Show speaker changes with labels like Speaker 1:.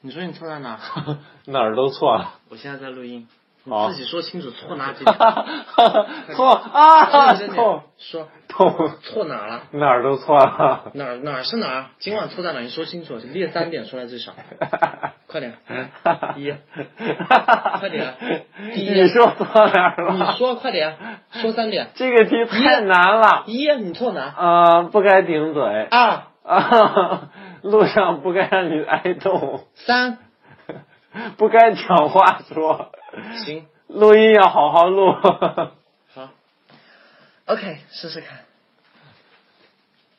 Speaker 1: 你说你错在哪？
Speaker 2: 哪儿都错了，
Speaker 1: 我现在在录音，你
Speaker 2: 好
Speaker 1: 自己说清楚错哪 几点？
Speaker 2: 错啊，
Speaker 1: 认真
Speaker 2: 痛
Speaker 1: 点说
Speaker 2: 痛，
Speaker 1: 错哪了？
Speaker 2: 哪儿都错了。
Speaker 1: 哪儿哪儿是哪儿？今晚错在哪儿？你说清楚，列三点出来最少，快点。 一快点 第一
Speaker 2: 你说错哪儿了？
Speaker 1: 你说快点，说三点。
Speaker 2: 这个题太难了，
Speaker 1: 一，你错哪？
Speaker 2: 啊、不该顶嘴
Speaker 1: 二
Speaker 2: 啊，路上不该让你挨冻，
Speaker 1: 三，
Speaker 2: 不该抢话说，
Speaker 1: 行，
Speaker 2: 录音要好好录。
Speaker 1: 好，OK，试试看。